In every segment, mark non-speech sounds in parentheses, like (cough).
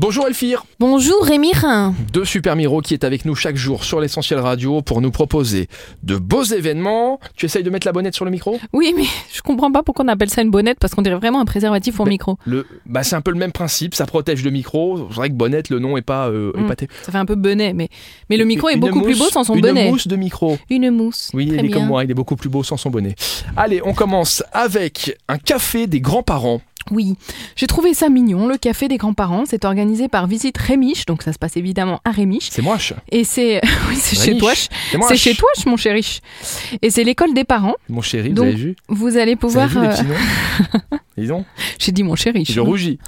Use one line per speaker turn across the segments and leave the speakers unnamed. Bonjour Elfire
Bonjour Rémi Rhin.
de Super Miro qui est avec nous chaque jour sur l'essentiel radio pour nous proposer de beaux événements. Tu essayes de mettre la bonnette sur le micro
Oui, mais je comprends pas pourquoi on appelle ça une bonnette parce qu'on dirait vraiment un préservatif pour
Mais-
micro.
le... bah, C'est un peu le même principe, ça protège le micro. C'est vrai que bonnette, le nom est pas euh, est
Mm.
pas té-
Ça fait un peu bonnet, mais, mais le micro est
Une
beaucoup plus beau
mousse-
sans son
une
bonnet.
mousse de micro.
Une mousse.
Oui,
Très
il est comme
bien.
moi, il est beaucoup plus beau sans son bonnet. Allez, on commence avec un café des grands-parents.
Oui, j'ai trouvé ça mignon. Le café des grands-parents, c'est organisé par Visite Rémiche, donc ça se passe évidemment à Rémiche.
C'est moche.
Et c'est (laughs) oui, c'est chez
Rémiche.
toi.
moche.
C'est chez toi, mon chéri. Et c'est l'école des parents.
Mon chéri,
Donc,
vous avez vu
Vous allez
Vous
pouvoir.
avez vu les
euh,
petits noms
(laughs)
Ils ont
J'ai dit mon chéri.
Je rougis.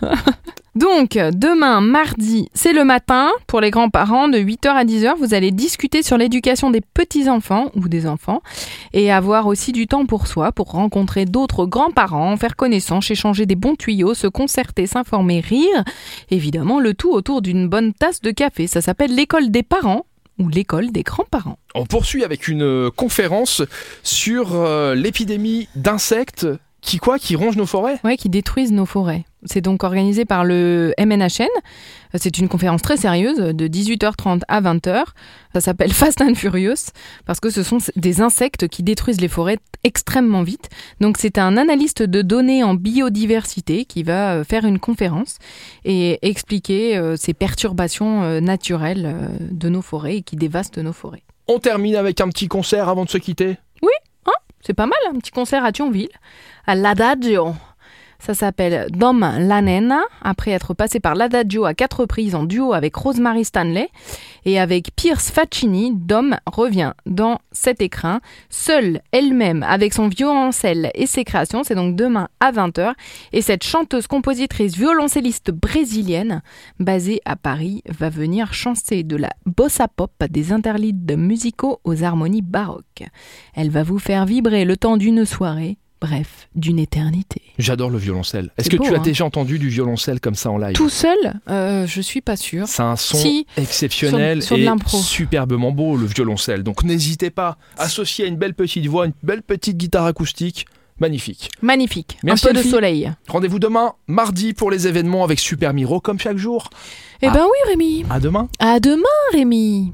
Donc, demain, mardi, c'est le matin. Pour les grands-parents, de 8h à 10h, vous allez discuter sur l'éducation des petits-enfants ou des enfants et avoir aussi du temps pour soi, pour rencontrer d'autres grands-parents, faire connaissance, échanger des bons tuyaux, se concerter, s'informer, rire. Évidemment, le tout autour d'une bonne tasse de café. Ça s'appelle l'école des parents ou l'école des grands-parents.
On poursuit avec une euh, conférence sur euh, l'épidémie d'insectes qui quoi Qui rongent nos forêts
Ouais, qui détruisent nos forêts. C'est donc organisé par le MNHN. Euh, C'est une conférence très sérieuse de 18h30 à 20h. Ça s'appelle Fast and Furious parce que ce sont des insectes qui détruisent les forêts extrêmement vite. Donc c'est un analyste de données en biodiversité qui va euh, faire une conférence et expliquer euh, ces perturbations euh, naturelles euh, de nos forêts et qui dévastent nos forêts.
On termine avec un petit concert avant de se quitter.
C'est pas mal, un petit concert à Thionville, à l'Adagio. Ça s'appelle Dom la Nena, après être passé par l'Adagio à quatre reprises en duo avec Rosemary Stanley. Et avec Pierce Faccini, Dom revient dans cet écrin, seule elle-même avec son violoncelle et ses créations. C'est donc demain à 20h. Et cette chanteuse, compositrice, violoncelliste brésilienne, basée à Paris, va venir chanter de la bossa pop des interludes musicaux aux harmonies baroques. Elle va vous faire vibrer le temps d'une soirée, bref, d'une éternité.
J'adore le violoncelle. Est-ce
C'est
que
beau,
tu as
hein.
déjà entendu du violoncelle comme ça en live
Tout seul euh, Je suis pas sûre.
C'est un son
Si,
exceptionnel
sur- sur de
et
l'impro.
superbement beau, le violoncelle. Donc n'hésitez pas, associé à une belle petite voix, une belle petite guitare acoustique, magnifique.
Magnifique.
Merci,
Un peu de
Elfie.
soleil.
Rendez-vous demain, mardi, pour les événements avec Super Miro, comme chaque jour.
Eh
Ah.
ben oui, Rémi.
À demain
À demain, Rémi.